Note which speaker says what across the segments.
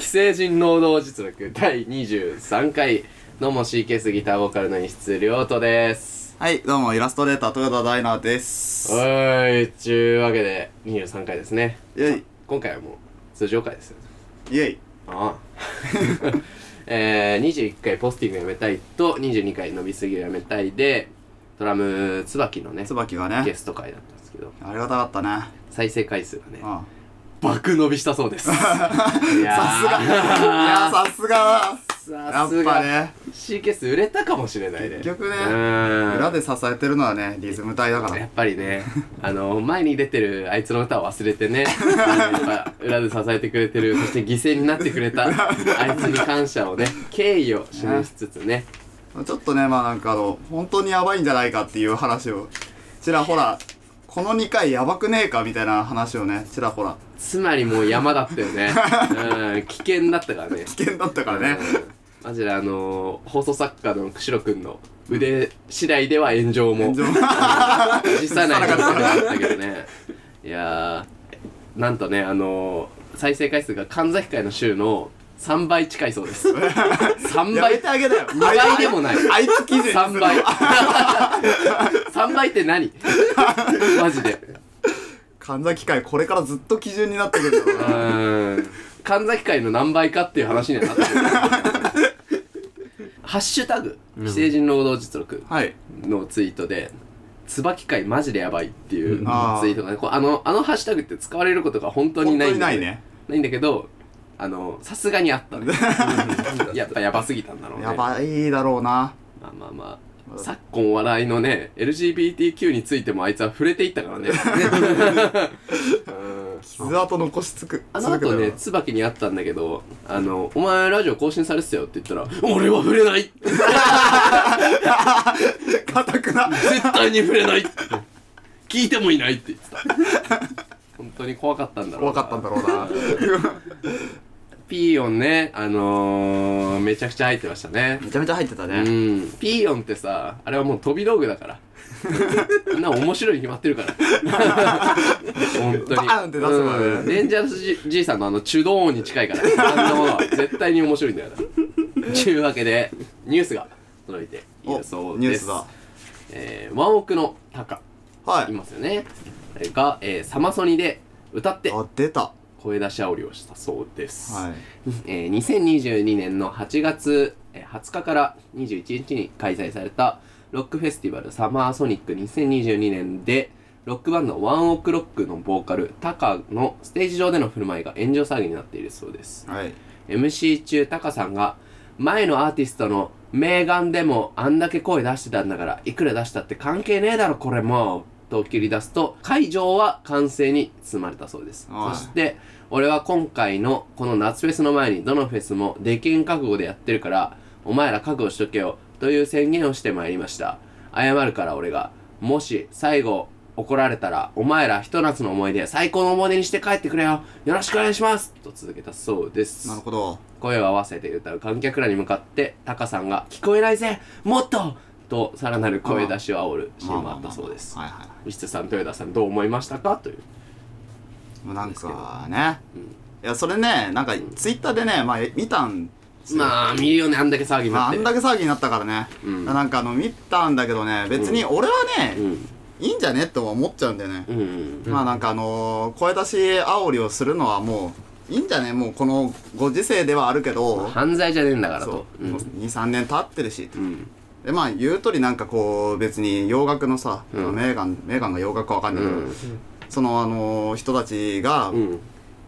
Speaker 1: 成人労働実力 第23回どうも CK スギターボーカルの西津亮斗です
Speaker 2: はい、どうも、イラストレーター、豊田ダイナーです。
Speaker 1: おいちゅうわけで23回ですね
Speaker 2: イェイ、
Speaker 1: 今回はもう通常回ですよ
Speaker 2: イェイ。
Speaker 1: ああ えー、21回ポスティングやめたいと22回伸びすぎをやめたいでドラム椿のね
Speaker 2: 椿が
Speaker 1: ゲ
Speaker 2: ね、
Speaker 1: スト回だったんですけど
Speaker 2: ありがたかったね。
Speaker 1: 再生回数が ね
Speaker 2: うん。
Speaker 1: 爆伸びしたそう ですいやー
Speaker 2: さすが。いや、さすが。や
Speaker 1: さ
Speaker 2: っ
Speaker 1: す
Speaker 2: ぱ
Speaker 1: が
Speaker 2: ね、
Speaker 1: CKS 売れたかもしれないね
Speaker 2: 結局ね
Speaker 1: うーん
Speaker 2: 裏で支えてるのはね、リズム体だか
Speaker 1: やっ
Speaker 2: ら。
Speaker 1: ぱり ねあの前に出てるあいつの歌を忘れてねあの やっぱ裏で支えてくれてるそして犠牲になってくれたあいつに感謝をね敬意を示しつつね
Speaker 2: ちょっとね、まあなんかあの、本当にやばいんじゃないかっていう話を、ちらほら、この2回やばくねえかみたいな話をね、ちらほら、
Speaker 1: つまりもう山だったよねうん危険だったからね
Speaker 2: 危険だったからね。
Speaker 1: うんマジであの放送作家の釧路くんの腕次第では炎上も
Speaker 2: 炎上
Speaker 1: 実際ないところがあったけどねいやーなんとねあのー、再生回数が神崎会の週の3倍近いそうです 3
Speaker 2: やめ
Speaker 1: 倍
Speaker 2: てあげだよ。2
Speaker 1: 倍でもない
Speaker 2: あいつ基準にする
Speaker 1: 3倍 3倍って何 マジで
Speaker 2: 神崎会、これからずっと基準になってくるだろう
Speaker 1: う
Speaker 2: な
Speaker 1: ーん神崎会の何倍かっていう話にはな ってるハッシュタグ非成人労働実力
Speaker 2: はい。
Speaker 1: のツイートで「椿会マジでやばい」っていうツイ
Speaker 2: あー
Speaker 1: ートがねこうあのあのハッシュタグって使われることが本当に
Speaker 2: 本
Speaker 1: な
Speaker 2: 当
Speaker 1: いん
Speaker 2: に
Speaker 1: だ
Speaker 2: な
Speaker 1: け
Speaker 2: い
Speaker 1: ど
Speaker 2: ね。
Speaker 1: ないんだけどあのさすがにあ ったねやっぱやばすぎたんだろうね
Speaker 2: やばいだろうな。
Speaker 1: まあまあまあ昨今話題のね LGBTQ についてもあいつは触れていった からねうん
Speaker 2: 傷跡残しつく。
Speaker 1: あの後
Speaker 2: 続け
Speaker 1: ね、椿に会ったんだけど、あの、お前ラジオ更新されてたよって言ったら、俺は触れない
Speaker 2: たよ。硬くな。
Speaker 1: 絶対に触れない聞いてもいないって言ってた。 本当に怖かったんだろう
Speaker 2: 怖
Speaker 1: な。
Speaker 2: かったんだろうな。
Speaker 1: ピーヨンね、あのー、めちゃくちゃ入ってましたね。
Speaker 2: めちゃめちゃ入ってた
Speaker 1: う。ん。ピーヨンってさ、あれはもう飛び道具だ から。あんな面白いに決まってるから。本当に。
Speaker 2: バーンって出せばね
Speaker 1: うんレンジャーズじじいさんのあの、チュドーンに近いから。あんなものは絶対に面白いんだよな。ちゅうわけで、ニュースが届いてい
Speaker 2: お
Speaker 1: るそうです。
Speaker 2: ニュースだ。
Speaker 1: えー、ワンオクのタカ、
Speaker 2: はいい。
Speaker 1: ますよね。が、えーサマソニで歌って
Speaker 2: あ、出た。は
Speaker 1: 声出し煽りをしたそうです。
Speaker 2: い。
Speaker 1: えー2022年の8月えー20日から21日に開催されたロックフェスティバルサマーソニック2022年でロックバンドワンオクロックのボーカルタカのステージ上での振る舞いが炎上騒ぎになっているそうです
Speaker 2: はい。
Speaker 1: MC 中タカさんが前のアーティストの名眼でもあんだけ声出してたんだからいくら出したって関係ねえだろこれもうと切り出すと会場は歓声に包まれたそうです
Speaker 2: はい
Speaker 1: そして俺は今回のこの夏フェスの前にどのフェスも出禁覚悟でやってるからお前ら覚悟しとけよという宣言をしてまいりました謝るから俺がもし最後怒られたらお前らひと夏の思い出最高の思い出にして帰ってくれよよろしくお願いしますと続けたそうです
Speaker 2: なるほど。
Speaker 1: 声を合わせて歌う観客らに向かってタカさんが「聞こえないぜもっと!」とさらなる声出しを煽るシーンもあったそうです
Speaker 2: はいは
Speaker 1: 石津さん豊田さんどう思いましたかという
Speaker 2: い。もうなんかね。
Speaker 1: うん
Speaker 2: いや、それね、なんか、ツイッターでね、まあ、見たんですよ。
Speaker 1: まあ見るよねあんだけ騒ぎに
Speaker 2: ま
Speaker 1: な
Speaker 2: あ、
Speaker 1: っ
Speaker 2: あ
Speaker 1: て
Speaker 2: んだけ騒ぎになったからね。
Speaker 1: うん
Speaker 2: なんかあの、見たんだけどね、別に俺は
Speaker 1: う
Speaker 2: ね、
Speaker 1: ん
Speaker 2: いいんじゃねとは思っちゃうんだよね。
Speaker 1: うん
Speaker 2: まあなんかあのー、声出し煽りをするのはもう、いいんじゃねもうこのご時世ではあるけど、
Speaker 1: 犯罪じゃねえんだから
Speaker 2: そ
Speaker 1: と
Speaker 2: う、
Speaker 1: うん
Speaker 2: もう2、3年経ってるし、
Speaker 1: うん
Speaker 2: でまあ言うとりなんかこう別に洋楽のさ、
Speaker 1: うん
Speaker 2: メーガンメーガンが洋楽かわか
Speaker 1: う
Speaker 2: んないけど、
Speaker 1: ん
Speaker 2: そのあのー人たちが
Speaker 1: うん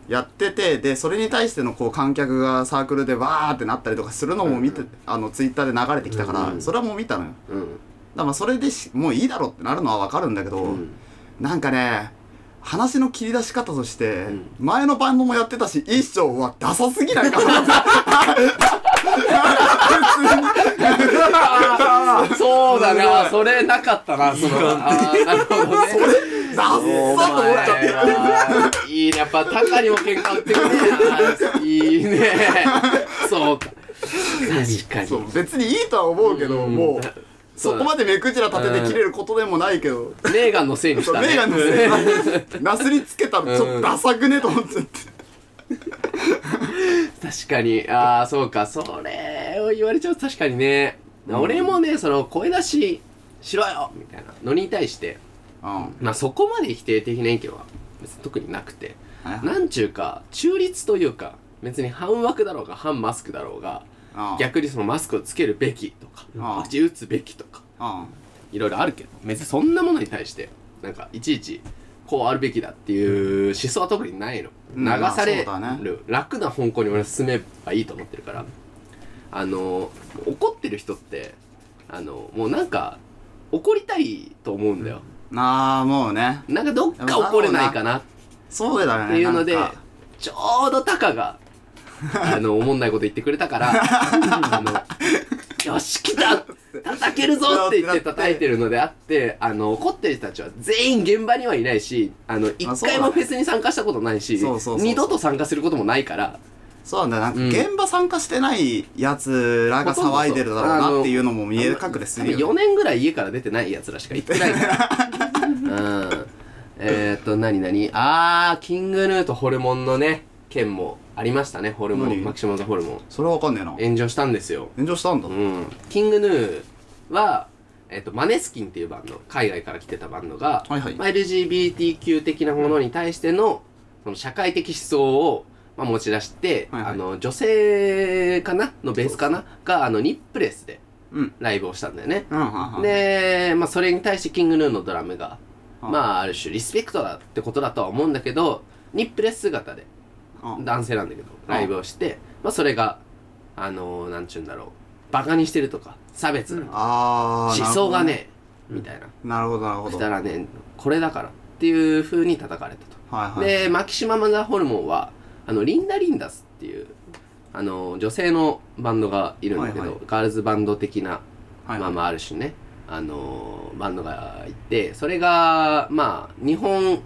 Speaker 2: やってて、でそれに対してのこう観客がサークルでわーってなったりとかするのも見て、あのツイッターで流れてきたから、
Speaker 1: うん
Speaker 2: それはもう見たのよだか
Speaker 1: うん
Speaker 2: らまあそれでしもういいだろってなるのはわかるんだけど、
Speaker 1: うん
Speaker 2: なんかね話の切り出し方として、
Speaker 1: ん
Speaker 2: 前のバンドもやってたし一生はダサすぎないかな
Speaker 1: そうだなそれなかったなそのあーなるほどね
Speaker 2: ダッサと思っちゃって
Speaker 1: いいね、やっぱタカにも喧嘩売ってくねいいねそうか確かに
Speaker 2: そう別にいいとは思うけど、
Speaker 1: うん
Speaker 2: もう
Speaker 1: そう
Speaker 2: そ
Speaker 1: だ
Speaker 2: こまで目くじら立てて切れることでもないけど、
Speaker 1: メーガンのせいにし
Speaker 2: そう
Speaker 1: たね
Speaker 2: メーガンのせいなすりつけたらちょっとダサくねと思っちゃって、
Speaker 1: 確かにああそうかそれを言われちゃうと確かにね、
Speaker 2: うん
Speaker 1: 俺もねその声出ししろよみたいなのに対して
Speaker 2: うん
Speaker 1: まあそこまで否定的な意見は別に特になくて
Speaker 2: はいはい
Speaker 1: なんちゅうか中立というか別に半枠だろうが半マスクだろうが
Speaker 2: うん
Speaker 1: 逆にそのマスクをつけるべきとか
Speaker 2: ああ
Speaker 1: 口打つべきとか
Speaker 2: うん
Speaker 1: いろいろあるけど別にそんなものに対してなんかいちいちこうあるべきだっていう思想は特にないの、
Speaker 2: うん
Speaker 1: 流される、
Speaker 2: まあそうだ
Speaker 1: 楽な方向に俺は進めばいいと思ってるからあの怒ってる人ってあのもうなんか怒りたいと思うんだよ、
Speaker 2: ああもうね
Speaker 1: なんかどっか怒れないかなっ
Speaker 2: そうだ
Speaker 1: て
Speaker 2: ね
Speaker 1: いうので
Speaker 2: なんか
Speaker 1: ちょうどタカが あのおもんないこと言ってくれたからあのよし来た叩けるぞって言って叩いてるのであってあの怒ってる人たちは全員現場にはいないしあの一
Speaker 2: そうだ
Speaker 1: 回
Speaker 2: ね
Speaker 1: もフェスに参加したことないし
Speaker 2: そうそうそうそう
Speaker 1: 二度と参加することもないから
Speaker 2: そうなんだよ
Speaker 1: うん
Speaker 2: なんか現場参加してないやつらが騒いでるだろうなっていうのも見え隠れするよ
Speaker 1: 4年ぐらい家から出てないやつらしか行ってないから うんえー、っと何何あーキングヌーとホルモンのね件もありましたねホルモ
Speaker 2: 何
Speaker 1: ンマキシマムザホルモン
Speaker 2: それはわかんねえな
Speaker 1: 炎上したんですよ
Speaker 2: 炎上したんだ
Speaker 1: うん、キングヌーは、えっとマネスキンっていうバンド海外から来てたバンドが、
Speaker 2: はいはい
Speaker 1: まあ、LGBTQ 的なものに対してのその社会的思想を、まあ、持ち出して、
Speaker 2: はいはい
Speaker 1: あの女性かなのベースかながあのニップレスで
Speaker 2: うん
Speaker 1: ライブをしたんだよね。
Speaker 2: うんうんうん
Speaker 1: で、まあ、それに対してキングヌーのドラムが、
Speaker 2: うん
Speaker 1: まあ、ある種リスペクトだってことだとは思うんだけどニップレス姿で
Speaker 2: うん
Speaker 1: 男性なんだけど
Speaker 2: あ
Speaker 1: ライブをして、まあ、それがあのー、なんちゅうんだろうバカにしてるとか差別だとか、
Speaker 2: ああ
Speaker 1: 思想がねみたいな
Speaker 2: なるほどなるほ
Speaker 1: し
Speaker 2: ど
Speaker 1: た
Speaker 2: は
Speaker 1: ら
Speaker 2: い
Speaker 1: ねこれだからっていう風に叩かれたと、
Speaker 2: はい
Speaker 1: でマキシマム・ザ・ホルモンはあのリンダ・リンダスっていうあのー女性のバンドがいるんだけど、
Speaker 2: はいはい
Speaker 1: ガールズバンド的な
Speaker 2: は
Speaker 1: ま
Speaker 2: い
Speaker 1: あ
Speaker 2: はい
Speaker 1: まあある種ね、あのーバンドがいてそれがまあ日本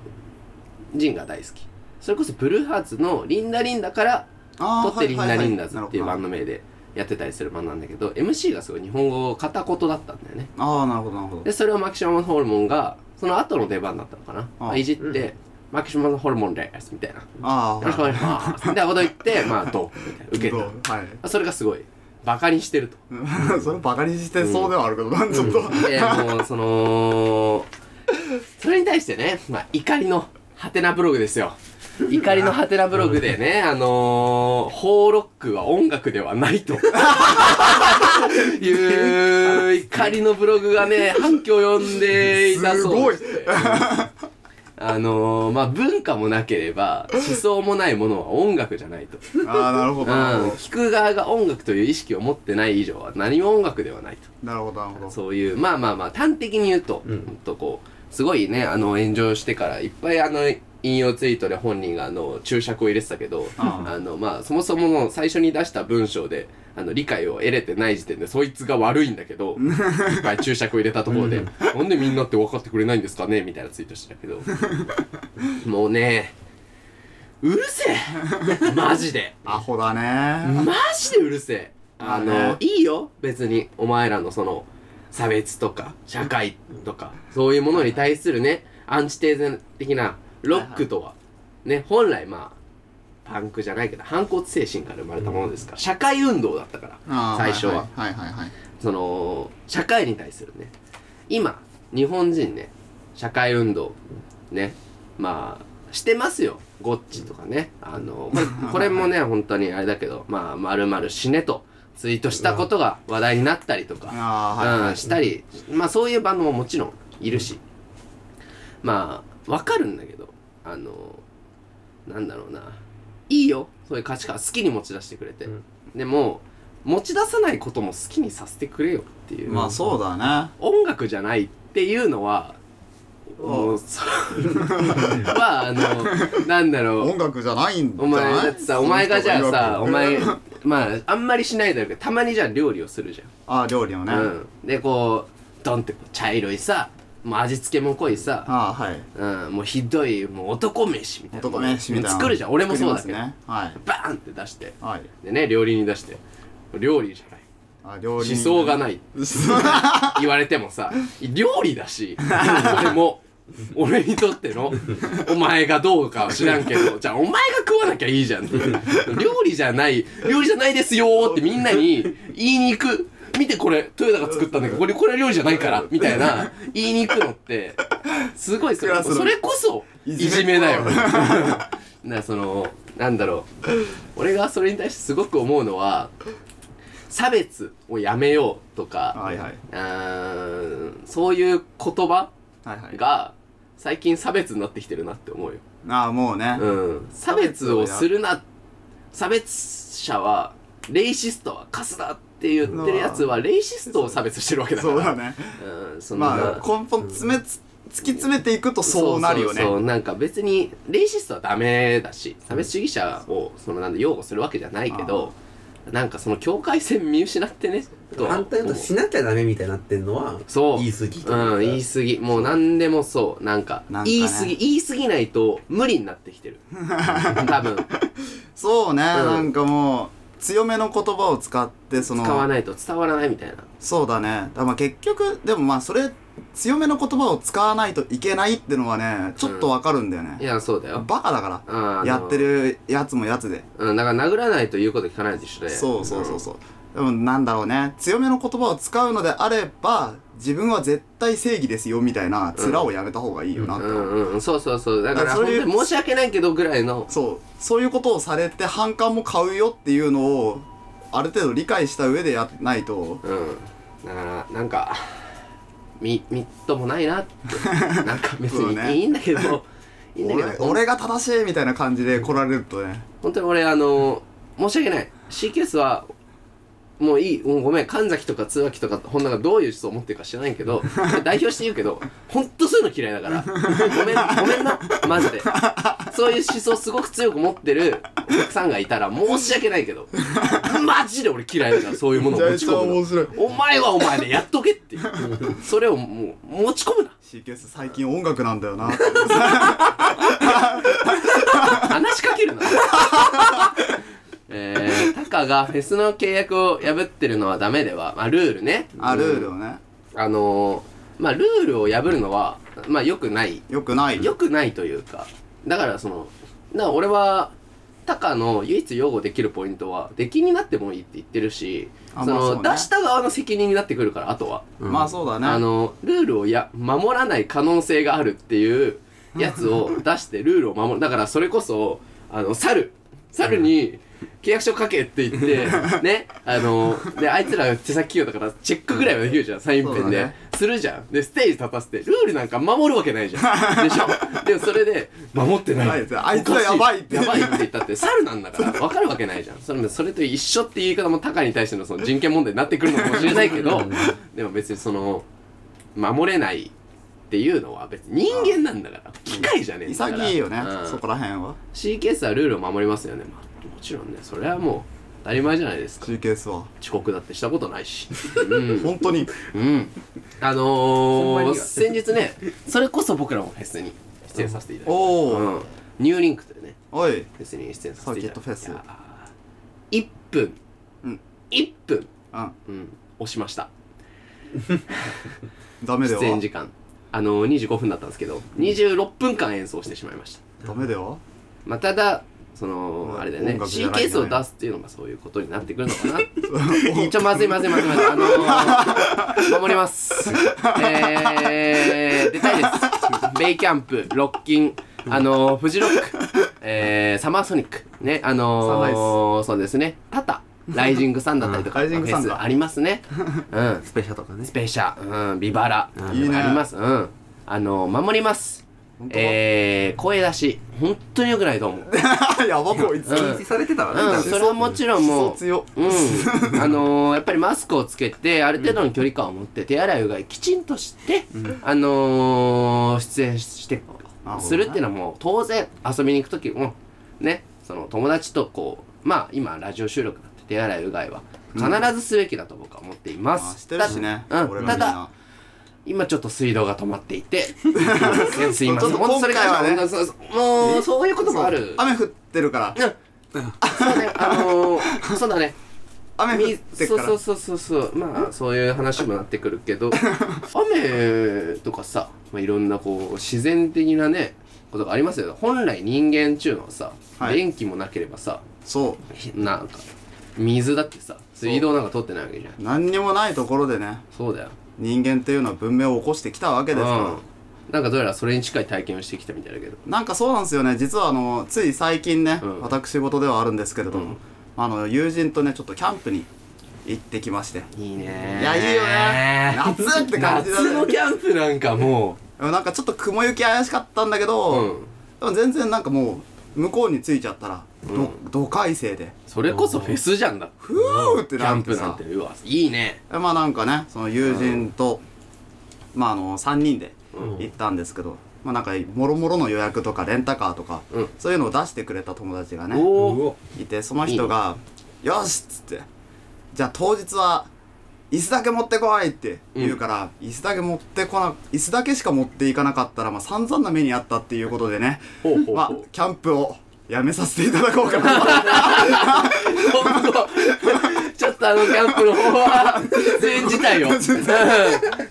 Speaker 1: 人が大好きそれこそブルーハーツの「リンダ・リンダ」から
Speaker 2: あ
Speaker 1: 撮
Speaker 2: ー
Speaker 1: ってリン
Speaker 2: はいは
Speaker 1: ダ
Speaker 2: いは
Speaker 1: リ
Speaker 2: い
Speaker 1: ンダズっていうバンド名でやってたりするバンドなんだけど MC がすごい日本語片言だったんだよね
Speaker 2: ああなるほどなるほど
Speaker 1: でそれをマキシマムホルモンがその後の出番だったのかな
Speaker 2: あ
Speaker 1: まあいじって、マキシマムホルモンですみたいなよ
Speaker 2: ああ
Speaker 1: ろしくお願いしますみたいなこと言ってまあ どうみた いな受け
Speaker 2: どうはい
Speaker 1: たそれがすごいバカにしてると
Speaker 2: うん それバカにしてそうではあるけど、なんちょっと、
Speaker 1: でもうそのそれに対してね、まあ、怒りのハテナブログですよ怒りのハテナブログでね、あのー、ホーロックは音楽ではないという怒りのブログがね反響を呼んでいたそうでして
Speaker 2: す
Speaker 1: あのー、まあ文化もなければ思想もないものは音楽じゃないと
Speaker 2: ああなる
Speaker 1: う
Speaker 2: ほ
Speaker 1: ん
Speaker 2: どなるほ
Speaker 1: 聞く側が音楽という意識を持ってない以上は何も音楽ではないと
Speaker 2: どなるほどなるほど
Speaker 1: そういうまあまあまあ端的に言うと,、うん、とこうすごいねあの炎上してからいっぱいあの引用ツイートで本人があの注釈を入れてたけど、
Speaker 2: ああ
Speaker 1: あのまあそもそもの最初に出した文章であの理解を得れてない時点でそいつが悪いんだけ どいっぱい注釈を入れたところで、なんでみんなって分かってくれないんですかねみたいなツイートしてたけどもうねうるせ えマジで
Speaker 2: アホだね
Speaker 1: マジでうるせえあの、
Speaker 2: ね
Speaker 1: いいよ別にお前らのその差別とか社会とかそういうものに対するねアンチテーゼ的なロックとはね本来まあパンクじゃないけど反骨精神から生まれたものですから、社会運動だったから
Speaker 2: ああ
Speaker 1: 最初は、
Speaker 2: はいはいはい
Speaker 1: その社会に対するね今日本人ね社会運動ねまあしてますよゴッチとかねあの これこれもね本当にあれだけどまあまるまる死ねとツイートしたことが話題になったりとか
Speaker 2: ああはいは
Speaker 1: う
Speaker 2: い
Speaker 1: ん、したり、まあそういうバンドももちろんいるし、まあわかるんだけどあのなんだろうないいよそういう価値観好きに持ち出してくれて、
Speaker 3: うん
Speaker 1: でも持ち出さないことも好きにさせてくれよっていう、
Speaker 2: まあそうだね
Speaker 1: 音楽じゃないっていうのはもう そはあのなんだろう
Speaker 2: 音楽じゃないんじゃ
Speaker 1: お前
Speaker 2: ない
Speaker 1: だってさお前がじゃあさお前
Speaker 2: あ
Speaker 1: まああんまりしないだろうけどたまにじゃあ料理をするじゃん
Speaker 2: あ料理をね、
Speaker 1: うん、でこうドンってこう茶色いさもう味付けも濃いさ、
Speaker 2: ああはい
Speaker 1: うん、もうひどいもう男飯みたいな
Speaker 2: 男飯みたいな
Speaker 1: 作るじゃん俺もそうだけど、
Speaker 2: 作りますねはい
Speaker 1: バーンって出して
Speaker 2: はい
Speaker 1: でね料理に出して料理じゃない
Speaker 2: あ料理
Speaker 1: 思想がないい言われてもさ料理だしそれも俺にとってのお前がどうかは知らんけどじゃあお前が食わなきゃいいじゃん料理じゃない料理じゃないですよーってみんなに言いに行く見てこれトヨタが作ったんだけどこれこれ料理じゃないからみたいな言いに行くのってすごいそ
Speaker 2: ク
Speaker 1: れ
Speaker 2: ラスの
Speaker 1: それこそい
Speaker 2: いじめ
Speaker 1: じめだよ なそのなんだろう俺がそれに対してすごく思うのは差別をやめようとか
Speaker 2: はいはい。
Speaker 1: うーんそういう言葉
Speaker 2: はいはい。
Speaker 1: が最近差別になってきてるなって思うよ、
Speaker 2: ああ、もうね。
Speaker 1: うん、差別をするな差別者はレイシストはカスだって言ってるやつはレイシストを差別してるわけだか
Speaker 2: そうだ
Speaker 1: ら
Speaker 2: ね。
Speaker 1: うんそんな
Speaker 2: まあ、根本詰めつ、突き詰めていくとそうなるよ
Speaker 1: そ
Speaker 2: ね。
Speaker 1: うそうそうなんか別にレイシストはダメだし差別主義者をそのなんだ擁護するわけじゃないけどなんかその境界線見失ってねとは思う
Speaker 3: 反対のしなきゃダメみたいになってんのは
Speaker 1: そう
Speaker 3: 言い過ぎと
Speaker 1: うん、言
Speaker 3: い
Speaker 1: いう
Speaker 3: か
Speaker 1: 過ぎ。もう何でもそう。なんか、
Speaker 2: なんかね
Speaker 1: 言い過ぎ、言い過ぎないと無理になってきて る。多分、
Speaker 2: そうね、
Speaker 1: ん
Speaker 2: なんかもう強めの言葉を使ってそ
Speaker 1: 使わ
Speaker 2: の
Speaker 1: ないと伝わらないみたいな。
Speaker 2: そうだねだまあ結局でもまあそれ強めの言葉を使わないといけないってのはねちょっとわかるんだよ
Speaker 1: い
Speaker 2: ね、
Speaker 1: や、そうだよ。
Speaker 2: バカだか
Speaker 1: あ
Speaker 2: ら
Speaker 1: ー
Speaker 2: やって。るやつもやつで
Speaker 1: あのうん、だから殴らないと言うこと聞かないと一緒で。
Speaker 2: そうそうそうそうでもなんだろうね強めの言葉を使うのであれば自分は絶対正義ですよみたいな面をやめた方がいいよな
Speaker 1: う
Speaker 2: っ
Speaker 1: ん。
Speaker 2: て、
Speaker 1: うんうん、そうそうそう。だから、
Speaker 2: だから
Speaker 1: 本
Speaker 2: それ
Speaker 1: 当に申し訳ないけどぐらいの、
Speaker 2: そうそういうことをされて反感も買うよっていうのをある程度理解した上でやんないと
Speaker 1: うん。だから、なんか、み、みっともないな って。なんか別
Speaker 2: そう
Speaker 1: に
Speaker 2: ね
Speaker 1: いいんだけ ど、いいんだけ
Speaker 2: 俺
Speaker 1: ど、
Speaker 2: 俺が正しいみたいな感じで来られるとね
Speaker 1: 本当に俺あの申し訳ない CQS はもういいもうごめん神崎とか通訳とか本田がどういう思想を持ってるか知らないけど 代表して言うけど本当そういうの嫌いだからごめんごめんなマジでそういう思想すごく強く持ってるお客さんがいたら申し訳ないけどマジで俺嫌いだからそういうものを持ち込むの
Speaker 2: 白い
Speaker 1: お前はお前でやっとけっていうそれをもう持ち込むな
Speaker 2: CQS 最近音楽なんだよな
Speaker 1: 話しかけるな。 えー、タカがフェスの契約を破ってるのはダメでは、まあ、ルールね。
Speaker 2: あルール
Speaker 1: うん
Speaker 2: をね
Speaker 1: あのー、まあ、ルールを破るのは、まあ、良くない。
Speaker 2: よくない
Speaker 1: 良くないというか、だからその、だから俺は、タカの唯一擁護できるポイントは、出禁になってもいいって言ってるし、
Speaker 2: あ
Speaker 1: そ
Speaker 2: まあ
Speaker 1: の、
Speaker 2: そうね
Speaker 1: 出した側の責任になってくるから、あとは。
Speaker 2: まあそうだね
Speaker 1: あのルールをや守らない可能性があるっていうやつ を出してルールを守るだからそれこそあの猿猿に契約書書けって言って、ね、あの、で、あいつら手先器用だから、チェックぐらいはできるじゃん、サインペ
Speaker 2: そ
Speaker 1: ン
Speaker 2: う
Speaker 1: で。
Speaker 2: だね
Speaker 1: するじゃん。で、ステージ立たせて、ルールなんか守るわけないじゃん。でし ょでもそれで、守ってない。
Speaker 2: あいつあいつは
Speaker 1: おかし
Speaker 2: やばいって
Speaker 1: やばいって言ったって、猿なんだから、わかるわけないじゃん。それもそれと一緒っていう言い方も、タカに対してのその人権問題になってくるのかもしれないけど、でも別にその、守れないっていうのは別に人間なんだから、機械じゃねえんだから。
Speaker 2: 潔いよね、
Speaker 1: うん
Speaker 2: そこら辺は
Speaker 1: CKS はルールを守りますよね、まあ、もちろんねそれはもう当たり前じゃないですか
Speaker 2: CQS は
Speaker 1: 遅刻だってしたことないしうん
Speaker 2: 本当に
Speaker 1: うんあ
Speaker 3: ほんま
Speaker 1: のー、
Speaker 3: に
Speaker 1: 先日ねそれこそ僕らもフェスに出演させていただいて、
Speaker 2: おお、
Speaker 1: うん、ニューリンクというね
Speaker 2: おい
Speaker 1: フェスに出演させていただいて
Speaker 2: サーキットフェス
Speaker 1: いやー1分、
Speaker 2: うん
Speaker 1: 1分、
Speaker 2: うん
Speaker 1: うん、押しました
Speaker 2: ダメで
Speaker 1: 出演
Speaker 2: は
Speaker 1: 時間あのー、25分だったんですけど26分間演奏してしまいました
Speaker 2: ダメ では
Speaker 1: まあ、ただその、
Speaker 2: うん
Speaker 1: あれだよね
Speaker 2: 音楽じゃない
Speaker 1: CKS を出すっていうのがそういうことになってくるのか なちょまずいまずいまずいまずいあの ー、守りますえー、出たいですベイキャンプロッキンあのー、フジロック、えー、サマーソニックねあ
Speaker 2: サンライ
Speaker 1: のー、そうですねタタライジングサンだったりとか、
Speaker 2: うんライジングサンだ
Speaker 1: フェスありますねうん
Speaker 3: スペシャルとかね
Speaker 1: スペシャル、うん、ビバラ、
Speaker 3: うん
Speaker 2: いいね
Speaker 1: あります、うん、あの守ります
Speaker 2: 本当だ
Speaker 1: えー、声出し本当に良くないと思う
Speaker 2: やばこいつ、
Speaker 1: う
Speaker 3: 禁
Speaker 1: ん
Speaker 3: 止されてたわね
Speaker 1: うん
Speaker 3: 多分
Speaker 1: それはもちろんも
Speaker 2: そう
Speaker 1: う
Speaker 2: 強
Speaker 1: うん、あのー、やっぱりマスクをつけてある程度の距離感を持って手洗いうがいきちんとして、あのー、出演して
Speaker 2: なるほどね
Speaker 1: するっていうのはもう当然遊びに行く時もねその友達とこうまあ今ラジオ収録だって手洗いうがいは必ずすべきだと僕は思っていま
Speaker 2: あ
Speaker 1: す、
Speaker 2: してるしね、
Speaker 1: たう
Speaker 2: 俺
Speaker 1: ん、
Speaker 2: ら
Speaker 1: た
Speaker 2: みん
Speaker 1: だ
Speaker 2: な
Speaker 1: 今ちょっと水道が止まってい てすいません
Speaker 2: ちょっと
Speaker 1: 本当それが、
Speaker 2: 今回はね
Speaker 1: そうそうもうそういうこともある
Speaker 2: 雨降ってるから
Speaker 1: そうねあのー、そうだね
Speaker 2: 雨降
Speaker 1: み
Speaker 2: ってっ
Speaker 1: そ
Speaker 2: か
Speaker 1: う
Speaker 2: ら
Speaker 1: そうそうそうそうまあそういう話もなってくるけど 雨とかさまあ、いろんなこう自然的なねことがありますよ本来人間中のはさ、
Speaker 2: はい
Speaker 1: 電気もなければさ
Speaker 2: そ
Speaker 1: なんか水だってさ水道なんか通ってないわけじゃん
Speaker 2: う何にもないところでね
Speaker 1: そうだよ
Speaker 2: 人間っていうのは文明を起こしてきたわけですから、
Speaker 1: うん、なんかどうやらそれに近い体験をしてきたみたいだけど
Speaker 2: なんかそうなんですよね実はあのつい最近ね、
Speaker 1: うん
Speaker 2: 私事ではあるんですけれども、
Speaker 1: うん
Speaker 2: あの友人とねちょっとキャンプに行ってきまして
Speaker 1: いいね
Speaker 2: いやいいよね夏って感じだね
Speaker 1: 夏のキャンプなんかも
Speaker 2: なんかちょっと雲行き怪しかったんだけ
Speaker 1: う、
Speaker 2: ど、
Speaker 1: うん、
Speaker 2: でも全然なんかもう向こうに着いちゃったら、ど
Speaker 1: うん
Speaker 2: ど快晴で
Speaker 1: それこそフェスじゃんだ
Speaker 2: ふーって
Speaker 1: キ
Speaker 2: な
Speaker 1: ャン
Speaker 2: って
Speaker 1: プなん
Speaker 2: さ
Speaker 1: てうわいいね
Speaker 2: でまあなんかねその友人と、まああの3人で
Speaker 1: うん
Speaker 2: 行ったんですけど、まあなんかもろもろの予約とかレンタカーとか、
Speaker 1: うん
Speaker 2: そういうのを出してくれた友達がね
Speaker 1: おお
Speaker 2: いてその人が「よし!」っつって「じゃあ当日は椅子だけ持ってこい!」って言うから、椅子だけ持ってこな椅子だけしか持っていかなかったら、まあ、散々な目にあったっていうことでね
Speaker 1: ほうほうほう
Speaker 2: まあキャンプをやめさせていただこう かな
Speaker 1: 今後ちょっとあのキャンプの方は全自 体を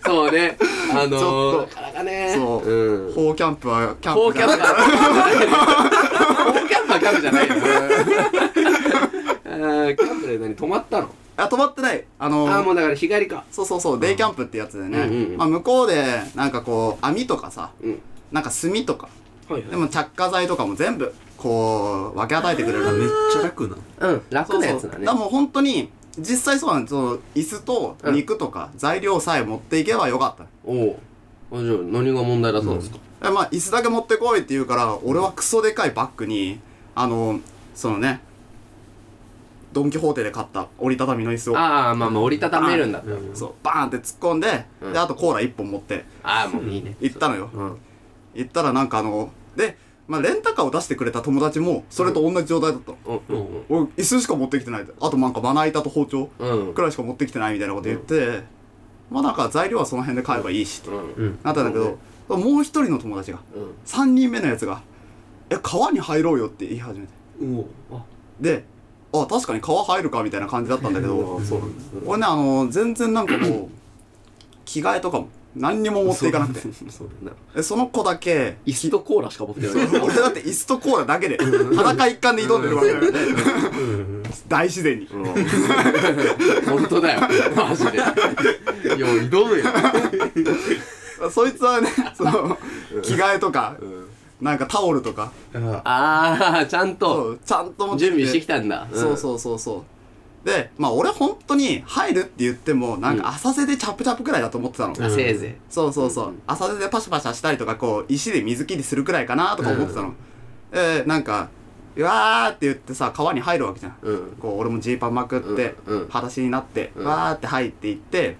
Speaker 1: そうねあ
Speaker 2: ち
Speaker 1: の
Speaker 2: ょっ
Speaker 1: ー、なか
Speaker 2: と
Speaker 1: なかね
Speaker 2: そう、
Speaker 1: うん
Speaker 2: ほうキャンプはキャンプ
Speaker 1: フォーキャンプ
Speaker 2: だ
Speaker 1: だ。フォーキャンプはキャンプじゃないよ。あーキャンプで何泊まったの
Speaker 2: あ止まってないあの
Speaker 1: ああ、もうだから日帰りか。
Speaker 2: そうそうそうデイキャンプってやつでね、
Speaker 1: うんうんうん
Speaker 2: まあ、向こうでなんかこう網とかさ
Speaker 1: うん。
Speaker 2: なんか炭とか
Speaker 1: はい
Speaker 2: でも着火剤とかも全部こう分け与えてくれるから
Speaker 3: めっちゃ楽な
Speaker 1: うん、楽なやつだ
Speaker 2: だ
Speaker 1: ね
Speaker 2: から。もう本当に実際そうなんですその椅子と肉とか材料さえ持っていけばよかっ
Speaker 1: おお。あじゃあ何が問題だそうですか
Speaker 2: た、えまあ椅子だけ持ってこいって言うから俺はクソでかいバッグにあのそのねドン・キホーテで買った折りたたみの椅子を
Speaker 1: ああ、まあまあ折りたためるんだったら。
Speaker 3: うん
Speaker 2: そうバーンって突っ込んで,、
Speaker 1: うん
Speaker 2: であとコーラ1本持って
Speaker 1: ああ、もういいね。
Speaker 2: 行ったのよ
Speaker 1: うん。
Speaker 2: 行ったらなんかあので、まあ、レンタカーを出してくれた友達もそれと同じ状態だった、
Speaker 1: うんうん
Speaker 2: 俺椅子しか持ってきてないあとなんかまな板と包丁
Speaker 1: うん。うん
Speaker 2: く。らいしか持ってきてないみたいなこと言って、まあなんか材料はその辺で買えばいいしと
Speaker 1: うん。
Speaker 3: うん
Speaker 2: なったんだけど、もう一人の友達が
Speaker 1: うん。
Speaker 2: 3人目のやつが「え川に入ろうよ」って言い始めて
Speaker 3: うお
Speaker 1: あ、
Speaker 2: で「あ確かに川入るか」みたいな感じだったんだけど
Speaker 1: そうなんです。
Speaker 2: 俺ねあの全然なんかこう着替えとかも何にも持っていかなくて
Speaker 1: そうだな。
Speaker 2: でその子だけ
Speaker 1: 椅子とコーラしか持ってない。
Speaker 2: 俺だって椅子とコーラだけで裸一貫で挑んでるわけだからね
Speaker 3: うん
Speaker 2: 大自然に
Speaker 1: うん本当だよ。マジで。いや、挑むよ。
Speaker 2: そいつはねその着替えとか
Speaker 1: うん
Speaker 2: なんかタオルとか
Speaker 3: あ
Speaker 1: ああ、ちゃん
Speaker 2: そ
Speaker 1: と
Speaker 2: うちゃんと持って
Speaker 1: 準備してきたんだ。
Speaker 2: そうそうそうそう。で、まあ俺本当に入るって言っても、なん
Speaker 1: うん
Speaker 2: か浅瀬でチャプチャプくらいだと思ってたの。
Speaker 1: うん。あせいぜ。
Speaker 2: そうそうそううん浅瀬でパシャパシャしたりとか、こう、石で水切りするくらいかなとか思ってたの。えーなんか、うわーって言ってさ、川に入るわけじゃん。
Speaker 1: い。うん。
Speaker 2: こう、俺もジーパンまくって、
Speaker 1: うんうん
Speaker 2: 裸足になって、
Speaker 1: うん
Speaker 2: わーって入っていって、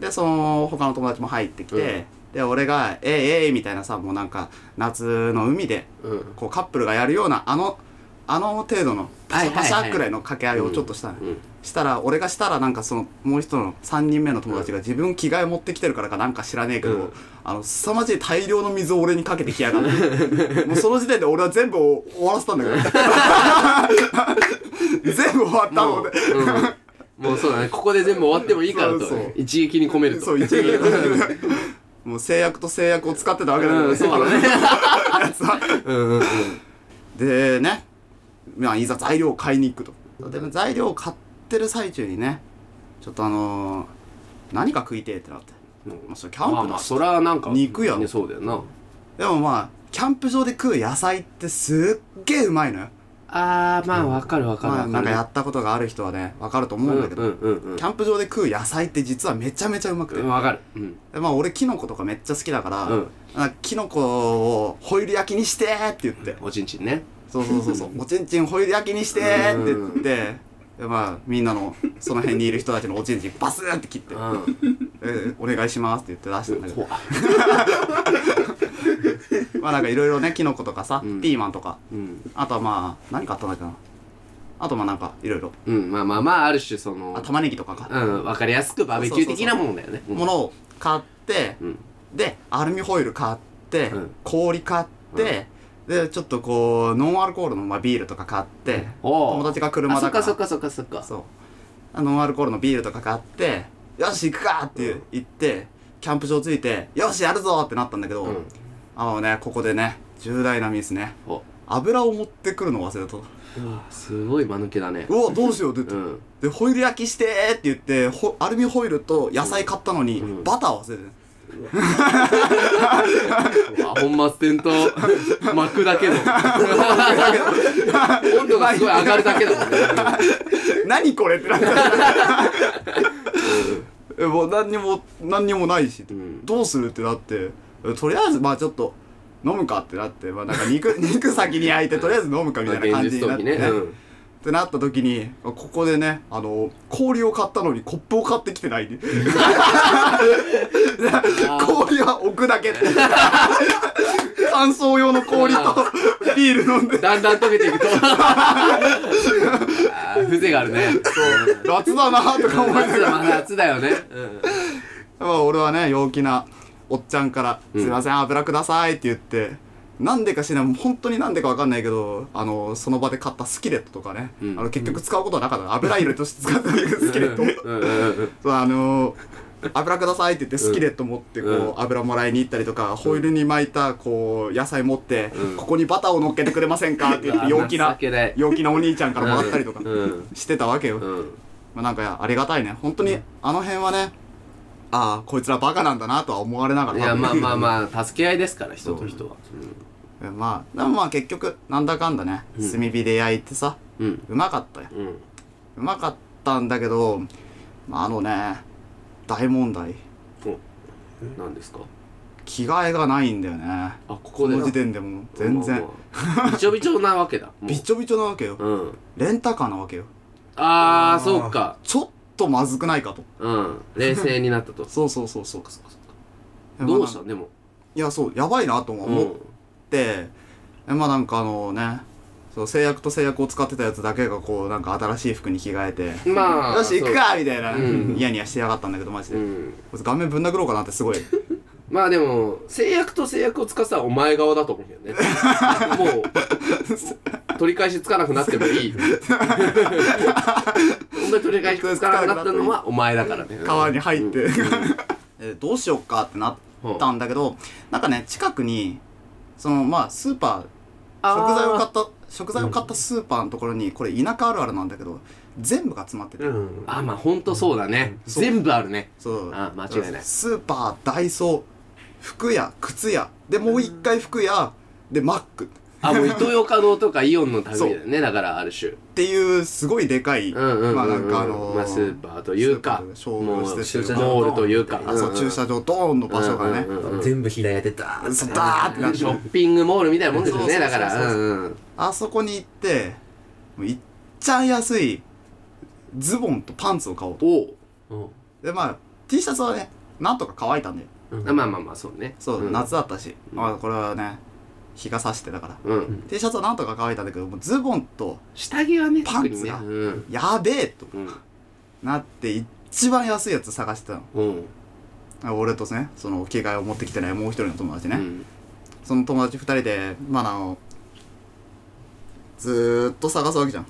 Speaker 2: で、その、他の友達も入ってきて、で、俺が、えいえいみたいなさ、もうなんか、夏の海で、
Speaker 1: うん。
Speaker 2: こうカップルがやるようなあのあの程度のパシャパシ
Speaker 1: はいはいは
Speaker 2: ャ
Speaker 1: い
Speaker 2: くらいの掛け合いをちょっとしたの、
Speaker 1: うん。
Speaker 2: したら俺がしたらなんかそのもう一人の3人目の友達が自分着替え持ってきてるからかなんか知らねえけど、
Speaker 1: うん
Speaker 2: あの凄まじい大量の水を俺にかけてきやがって もうその時点で俺は全部を終わらせたんだけど全部終わった
Speaker 1: も
Speaker 2: の
Speaker 1: う
Speaker 2: で、
Speaker 1: うんもうそうだね。ここで全部終わってもいいから
Speaker 2: そうそ
Speaker 1: と
Speaker 2: う。
Speaker 1: 一撃に込めると。
Speaker 2: そう一撃もう制約と制約を使ってたわけだよね、
Speaker 1: うん、そうだね。
Speaker 2: やつは
Speaker 1: うんうんうん。
Speaker 2: でね、まあ、いざ材料を買いに行くとでも材料を買ってる最中にねちょっとあのー、何か食いてえってなって、まあ、それキャンプ
Speaker 1: ま
Speaker 2: だ
Speaker 1: あ
Speaker 2: し、
Speaker 1: まあ、そらなんか。
Speaker 2: 肉やろ
Speaker 1: ねそうだよな。
Speaker 2: でもまあキャンプ場で食う野菜ってすっげえうまいのよ、
Speaker 1: あー、まあわかるわかる
Speaker 2: まあ、な
Speaker 1: わ
Speaker 2: んかや
Speaker 1: か
Speaker 2: ったことがある人はねわかると
Speaker 1: る。
Speaker 2: 思うんだけど、
Speaker 1: うんうんうん
Speaker 2: キャンプ場で食う野菜って実はめちゃめちゃうまくて、
Speaker 1: うん。わかる。うん。
Speaker 2: でまあ俺キノコとかめっちゃ好きだから、
Speaker 1: うん
Speaker 2: なんかキノコをホイル焼きにしてって言って
Speaker 1: おちんちんね。
Speaker 2: そうそうそう そう、おちんちんホイル焼きにしてーって言って、でまあみんなのその辺にいる人たちのおちんちんバスーって切って
Speaker 1: う、ん。
Speaker 2: えーお願いしますって言って出したんだけ
Speaker 1: 怖
Speaker 2: ど、まあなんかいろいろね、キノコとかさ、
Speaker 1: うん
Speaker 2: ピーマンとか、
Speaker 1: うん。
Speaker 2: あとはまあ何かあったんだっけな。あとまあなんかいろいろ、
Speaker 1: うん。まあまあまあ、ある種その
Speaker 2: あ、玉ねぎとかか、
Speaker 1: うん。わかりやすくバーベキュー的なものだよね。うん
Speaker 2: ものを買って、
Speaker 1: うん。
Speaker 2: で、アルミホイル買って、
Speaker 1: うん
Speaker 2: 氷買って、で、ちょっとこう、ノンアルコールのまあビールとか買って、
Speaker 1: おー
Speaker 2: 友達が車
Speaker 1: あ、
Speaker 2: だ
Speaker 1: そ
Speaker 2: か
Speaker 1: っ
Speaker 2: ら。
Speaker 1: かそっかそっかそっか。
Speaker 2: そうあのノンアルコールのビールとか買ってよし行くかって言って、キャンプ場着いてよしやるぞってなったんだけど、
Speaker 1: うん
Speaker 2: あのねここでね重大なミスね
Speaker 1: お
Speaker 2: 油を持ってくるの忘れた
Speaker 1: すごい間抜けだね
Speaker 2: うわどうしようって言って、
Speaker 1: うん
Speaker 2: でホイル焼きしてって言ってほアルミホイルと野菜買ったのに、
Speaker 1: うん
Speaker 2: バター忘れて
Speaker 1: うわ本末 転倒巻くだけの温度がすごい上がるだけだもんね
Speaker 2: 何これって なったえもう何にも何にもないし、
Speaker 1: ん
Speaker 2: どうするってなってえとりあえずまあちょっと飲むかってなって、まあ、なんか 肉肉先に焼いてとりあえず飲むかみたいな
Speaker 1: まあ
Speaker 2: 感
Speaker 1: 現
Speaker 2: じ
Speaker 1: 実
Speaker 2: になっ
Speaker 1: 逃
Speaker 2: て、
Speaker 1: 避
Speaker 2: ね
Speaker 1: ねうん
Speaker 2: ってなった時にここでねあの氷を買ったのにコップを買ってきてない 氷は置く だけ乾燥用の氷とビール飲 んで
Speaker 1: だんだん溶けていくとあー風情があるね
Speaker 2: 雑だなとか思いなが
Speaker 1: 夏
Speaker 2: ら
Speaker 1: だ夏だよねうん
Speaker 2: まあ俺はね陽気なおっちゃんから「
Speaker 1: ん
Speaker 2: すいません油ください」って言ってなんでか知らない本当になんでかわかんないけどあのその場で買ったスキレットとかね、
Speaker 1: うん
Speaker 2: あの結局使うことはなかった油入れとして使ったんだけどスキレット
Speaker 1: うんうんうん
Speaker 2: そうあの油くださいって言ってスキレット持ってこう、
Speaker 1: うん
Speaker 2: 油もらいに行ったりとか、ホイルに巻いたこう野菜持って、
Speaker 1: うん
Speaker 2: ここにバターを乗っけてくれませんかって言っ
Speaker 1: う
Speaker 2: て
Speaker 1: わ
Speaker 2: 陽気な
Speaker 1: 情けない
Speaker 2: 陽気なお兄ちゃんからもらったりとか
Speaker 1: うん
Speaker 2: してたわけ
Speaker 1: う
Speaker 2: よ、
Speaker 1: ん
Speaker 2: まあ、なんかありがたいね本当にあの辺はねああこいつらバカなんだなとは思われながら
Speaker 1: いやまあ まあ
Speaker 2: あ
Speaker 1: まあ助け合いですから人と人は
Speaker 2: まあでもまあ結局なんだかんだね炭火で焼いてさ
Speaker 1: うん
Speaker 2: うまかったよ
Speaker 1: うん
Speaker 2: うまかったんだけど、まあ、あのね大問題
Speaker 1: お何ですか
Speaker 2: 着替えがないんだよね
Speaker 1: あここ
Speaker 2: こ
Speaker 1: で
Speaker 2: の時点でもう全然
Speaker 1: まあまあびちょびちょなわけだもう
Speaker 2: びちょびちょなわけよ
Speaker 1: うん
Speaker 2: レンタカーなわけよ
Speaker 1: あ
Speaker 3: あ
Speaker 1: あ
Speaker 3: ー
Speaker 1: そうか
Speaker 2: ちょっとまずくないかと
Speaker 1: うん冷静にな ったと
Speaker 2: そうそうそうそう
Speaker 1: どうし
Speaker 2: ま
Speaker 1: た
Speaker 2: あ
Speaker 1: でも
Speaker 2: いやそうやばいなとは
Speaker 1: う
Speaker 2: 思っ
Speaker 1: ん
Speaker 2: ってえまあなんかあのねそう制約と制約を使ってたやつだけがこうなんか新しい服に着替えて「
Speaker 1: まあ
Speaker 2: よし行くか!」みたいな、
Speaker 1: うん
Speaker 2: ニヤニヤしてやがったんだけどマジ
Speaker 1: そう
Speaker 2: で、
Speaker 1: うん
Speaker 2: こいつ顔面ぶん殴ろうかなってすごい
Speaker 1: まあでも制約と制約をつかさお前側だと思うけど ねもう取り返しつかなくなっても いい本当に取り返しつかなくなったのはお前だからね
Speaker 2: 川に入って、 えどうしよっかってなったんだけどなんかね近くにそのまあスーパー食材を買
Speaker 1: っ
Speaker 2: った食材を買ったスーパーのところにこれ田舎あるあるなんだけど全部が詰まってて、
Speaker 3: うん
Speaker 1: あまあ本当そうだね
Speaker 2: そう
Speaker 1: 全部あるね
Speaker 2: そう
Speaker 1: あ間違いない
Speaker 2: スーパーダイソー服屋靴屋でもう一回服屋でマック
Speaker 1: あもうイトーヨーカドーとかイオンの類
Speaker 2: そう
Speaker 1: だよねだからある種
Speaker 2: っていうすごいでかい、
Speaker 1: うんうんうんうん
Speaker 2: まあなんかあの
Speaker 1: まあスーパーというか
Speaker 2: スーパーで商業施設
Speaker 3: 駐車場
Speaker 1: モールというか
Speaker 3: うん
Speaker 2: あそう駐車場ドーンの場所がね、
Speaker 1: うんうんうん
Speaker 3: 全部平屋でダー
Speaker 2: そう
Speaker 3: ッ
Speaker 2: ダーってなって
Speaker 1: ショッピングモールみたいなもんですよ
Speaker 2: そ
Speaker 1: ね
Speaker 2: うそう
Speaker 1: だ
Speaker 2: そ
Speaker 1: か
Speaker 2: うそう
Speaker 1: らうんうん
Speaker 2: あそこに行ってもういっちゃん安いズボンとパンツを買おうと
Speaker 1: おう
Speaker 3: うん
Speaker 2: でまあ T シャツはねなんとか乾いたんだよ
Speaker 1: あまあまあまあそうね
Speaker 2: そう、
Speaker 1: ん
Speaker 2: 夏だったし、
Speaker 1: うん
Speaker 2: まあこれはね日が差してだから、
Speaker 1: うん、
Speaker 2: T シャツはなんとか乾いたんだけどもうズボンと
Speaker 1: 下着はね
Speaker 2: パンツ
Speaker 1: 特
Speaker 2: が
Speaker 1: にねうん
Speaker 2: やべえと
Speaker 1: うん
Speaker 2: なって一番安いやつ探してた
Speaker 1: うん
Speaker 2: の俺とねその着替えを持ってきてないもう一人の友達
Speaker 1: う
Speaker 2: ね、
Speaker 1: ん
Speaker 2: その友達2人でまああのずーっと探すわけじゃん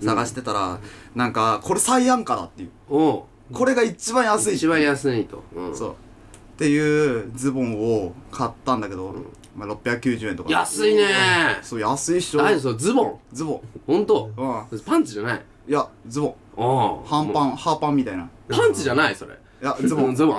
Speaker 1: うん
Speaker 2: 探してたら、なんかこれ最安価だっていう
Speaker 1: おう
Speaker 2: これが一番安い
Speaker 1: 一番安いとうん
Speaker 2: そうっていうズボンを買ったんだけど、
Speaker 1: ん
Speaker 2: まあ、690円とか
Speaker 1: 安いね
Speaker 2: そう安いっしょ
Speaker 1: 大丈夫そうズボン
Speaker 2: ズボ
Speaker 1: ほんと
Speaker 2: ンうん
Speaker 1: パンツじゃない
Speaker 2: いやズボン
Speaker 1: おう
Speaker 2: 半パンハーパンみたいない
Speaker 1: パンツじゃないそれ
Speaker 2: やズボ
Speaker 1: うん
Speaker 2: ン
Speaker 1: ズボン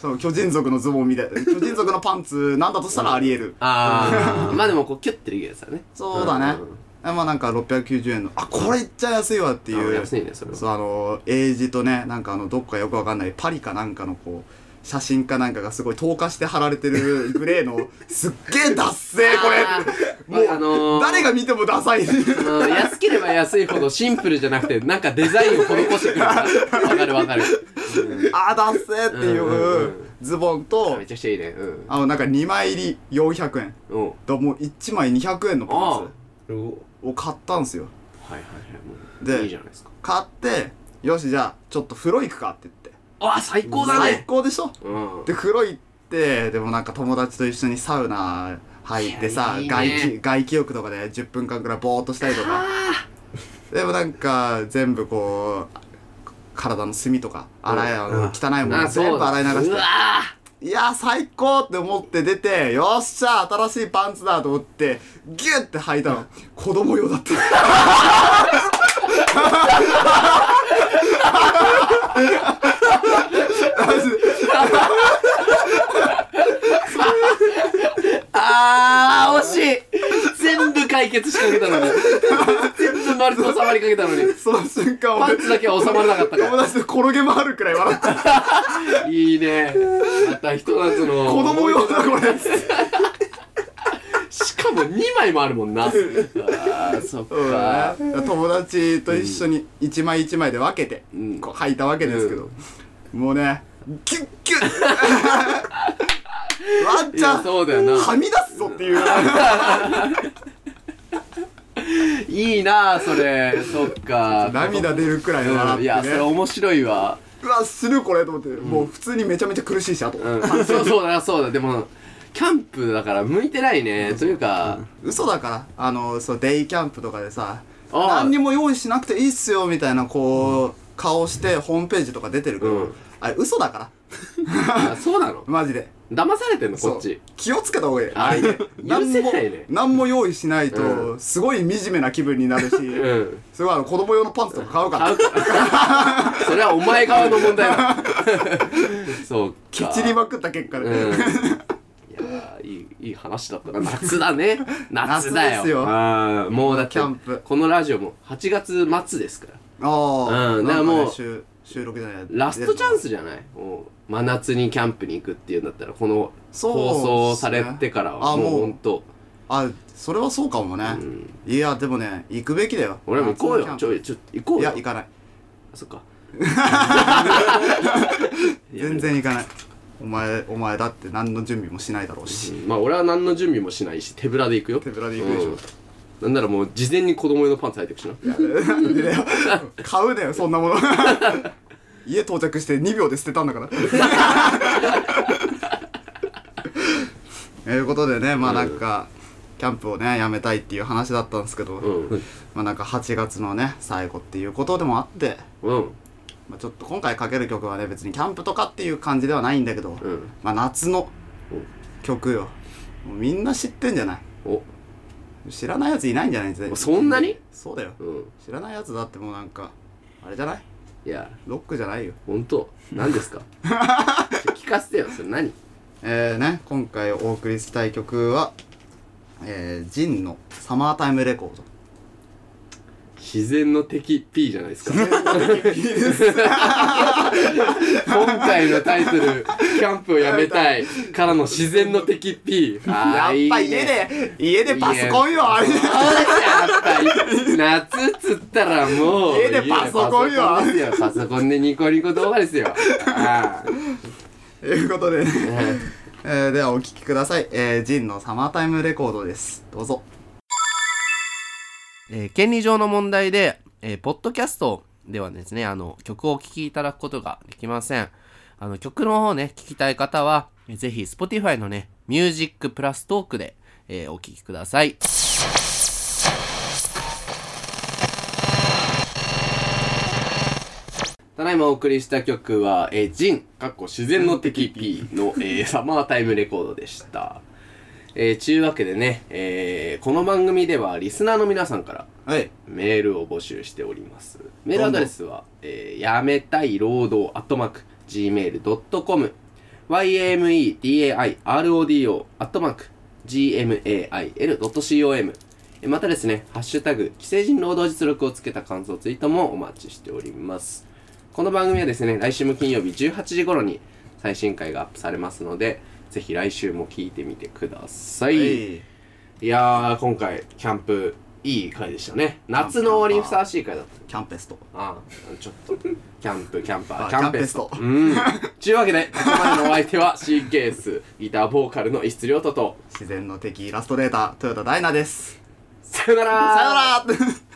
Speaker 2: そう巨人族のズボンみた いな巨人族のパンツなんだとしたらありえる
Speaker 1: ああまあでもこうキュッてできるやつだね
Speaker 2: そうだね
Speaker 1: んうん
Speaker 2: あまあなんか690円のあこれいっちゃ安いわっていう
Speaker 1: あ安いねそれは
Speaker 2: そうあの英字とねなんかあのどっかよくわかんないパリかなんかのこう写真かなんかがすごい透過して貼られ てるグレーのすっげえダッセーこ
Speaker 1: あー
Speaker 2: れもう、
Speaker 1: あのー
Speaker 2: 誰が見てもダサい
Speaker 1: あの安ければ安いほどシンプルじゃなくてなんかデザインを施してくるからわかるわかる、
Speaker 2: あーダッセーっていう,、
Speaker 1: うんうんうん
Speaker 2: ズボン
Speaker 1: うん、
Speaker 2: と
Speaker 1: めちゃくちゃいいねうん
Speaker 2: あのなんか2枚入り400円
Speaker 1: おう
Speaker 2: だもう1枚200円のパ
Speaker 1: あ
Speaker 2: ンツを買ったんですよ
Speaker 1: あはいはいはいもう
Speaker 2: で
Speaker 1: いいじゃないですか
Speaker 2: 買ってよしじゃあちょっと風呂行くかって言って
Speaker 1: ああ最高だ
Speaker 2: 最
Speaker 1: ね
Speaker 2: 高でしょ
Speaker 1: うん
Speaker 2: で風呂行ってでもなんか友達と一緒にサウナ入ってさ
Speaker 1: いやい
Speaker 2: 外
Speaker 1: いね
Speaker 2: 気外気浴とかで10分間くらいぼーっとしたりとかでもなんか全部こう体の炭とか洗い、あ
Speaker 3: うん
Speaker 2: の汚いもの
Speaker 1: あそう
Speaker 2: 全部洗い流し
Speaker 1: う
Speaker 2: て
Speaker 1: わ
Speaker 2: いやー最高って思って出てよっしゃ新しいパンツだと思ってギュッて履いたの子供用だった
Speaker 1: あー惜しい全部解決しかけたのに全部丸く収まりかけたのに
Speaker 2: その瞬間
Speaker 1: パ
Speaker 2: 俺
Speaker 1: ンツだけは収まらなかったか
Speaker 2: 友達で転げ回るくらい笑った
Speaker 1: ら いいねまたひと夏の
Speaker 2: 子供用だこ れ
Speaker 1: しかも2枚もあるもんなあーそっか
Speaker 2: うんね友達と一緒に一枚一枚で分けて、
Speaker 1: うん
Speaker 2: こう履いたわけですけど、もうねキュッキュ ッワン
Speaker 1: い
Speaker 2: ちゃ
Speaker 1: や
Speaker 2: ん
Speaker 1: そうだよな
Speaker 2: はみ出すぞっていう
Speaker 1: いいなあそれそっか
Speaker 2: 涙出るくらい笑
Speaker 1: う
Speaker 2: って、
Speaker 1: ん
Speaker 2: ね、
Speaker 1: いやそれ面白いわ
Speaker 2: うわするこれと思って、もう普通にめちゃめちゃ苦しいしあと、
Speaker 1: うんそうそうだそうだでもキャンプだから向いてないねというか
Speaker 2: 嘘だからあのそうデイキャンプとかでさ
Speaker 1: ああ
Speaker 2: 何にも用意しなくていいっすよみたいなこう、顔してホームページとか出てるけど、
Speaker 1: うん
Speaker 2: あれ嘘だから
Speaker 1: あそうなの
Speaker 2: マジで
Speaker 1: 騙されてんの
Speaker 2: そう
Speaker 1: こっち
Speaker 2: 気をつけた方がいい
Speaker 1: あ
Speaker 2: れ 何
Speaker 1: 許
Speaker 2: も
Speaker 1: せないね
Speaker 2: 何も用意しないと、
Speaker 1: う
Speaker 2: すごい惨めな気分に なるし、
Speaker 1: うん
Speaker 2: それはあの子供用のパンツとか買うか
Speaker 1: 買
Speaker 2: ら
Speaker 1: うかそれはお前側の問題 だそうか
Speaker 2: きっちりまくった結果で、
Speaker 1: うんい やーいいいい話だったな夏だね夏だよ
Speaker 2: 夏ですよ
Speaker 1: あーもうだって
Speaker 2: キャンプ
Speaker 1: このラジオも8月末ですから
Speaker 2: ああ、
Speaker 1: うん
Speaker 2: なんかね
Speaker 1: だからもう
Speaker 2: 収収録じゃない
Speaker 1: ラストチャンスじゃないもう真夏にキャンプに行くっていうんだったらこの
Speaker 2: そうっすね
Speaker 1: 放送されてからは
Speaker 2: あ
Speaker 1: もう
Speaker 2: もう
Speaker 1: ほんと
Speaker 2: あそれはそうかもね、
Speaker 1: ん
Speaker 2: いやでもね行くべきだよ
Speaker 1: 俺も行こうよ
Speaker 2: 夏
Speaker 1: ち
Speaker 2: の
Speaker 1: ょいちょ行こ
Speaker 2: キャン
Speaker 1: うよ
Speaker 2: プいや行かない
Speaker 1: そっか
Speaker 2: 全然行かないお前お前だって何の準備もしないだろうし、
Speaker 1: まあ俺は何の準備もしないし手ぶらで行くよ
Speaker 2: 手ぶらで行くでしょ、
Speaker 1: うんなんならもう事前に子供用のパンツ履いてくしな
Speaker 2: なんでだよ 買うだよそんなもの家到着して2秒で捨てたんだから ということでねまあなんか、キャンプをねやめたいっていう話だったんですけど、
Speaker 1: うん
Speaker 2: まあなんか8月のね最後っていうことでもあって、
Speaker 1: うん
Speaker 2: まあ、ちょっと今回かける曲はね別にキャンプとかっていう感じではないんだけど、
Speaker 1: うん
Speaker 2: まあ夏の曲よもうみんな知ってんじゃない
Speaker 1: お
Speaker 2: 知らないやついないんじゃないです
Speaker 1: そんなに
Speaker 2: そうだよ
Speaker 1: うん
Speaker 2: 知らないやつだってもうなんかあれじゃない
Speaker 1: いや
Speaker 2: ロックじゃないよ
Speaker 1: 本当何ですかちょ聞かせてよそれ何
Speaker 2: えー、ね今回お送りしたい曲はえー、ジンの「サマータイムレコード
Speaker 1: 自然の敵 P じゃないですか」今回のタイトル「キャンプをやめたい」からの自然の敵 P や
Speaker 2: やっぱ家で家でパソコンよ あれ
Speaker 1: そうですよやっぱり夏っつったらもう
Speaker 2: 家でパソコンよ
Speaker 1: 家でパソコンですよパソコンでニコニコ動画ですよあ
Speaker 2: ということでね、
Speaker 1: あ
Speaker 2: えー、ではお聴きください、えー、ジンの「サマータイムレコード」ですどうぞ
Speaker 1: えー権利上の問題で、えーポッドキャストではですね、あの、曲をお聴きいただくことができません。あの、曲の方ね、聞きたい方は、えーぜひ、Spotify のね、ミュージックプラストークで、えーお聴きください。ただいまお送りした曲は、えージン、かっこ自然の敵 P の、えー サマータイムレコードでした。えー、ちゅうわけでね、えーこの番組ではリスナーの皆さんから
Speaker 2: はい
Speaker 1: メールを募集しておりますメールアドレスは、えーやめたい労働アットマーク gmail.com yamedairodo アットマーク gmail.com えーまたですね、ハッシュタグ、既成人労働実力をつけた感想ツイートもお待ちしております。この番組はですね、来週も金曜日18時頃に最新回がアップされますので、ぜひ来週も聞いてみてください
Speaker 2: え
Speaker 1: いやー今回キャンプいい回でしたね夏の終わりにふさわしい回だった
Speaker 2: ーキャンペスト
Speaker 1: ああちょっ とキャンプキャンパー
Speaker 2: あ
Speaker 1: キャンペスト
Speaker 2: キャン
Speaker 1: うんちゅうわけでここまでのお相手は C ケースギターボーカルの質量とと
Speaker 2: 自然の敵イラストレーター豊田ダイナです
Speaker 1: さよなら
Speaker 2: さよなら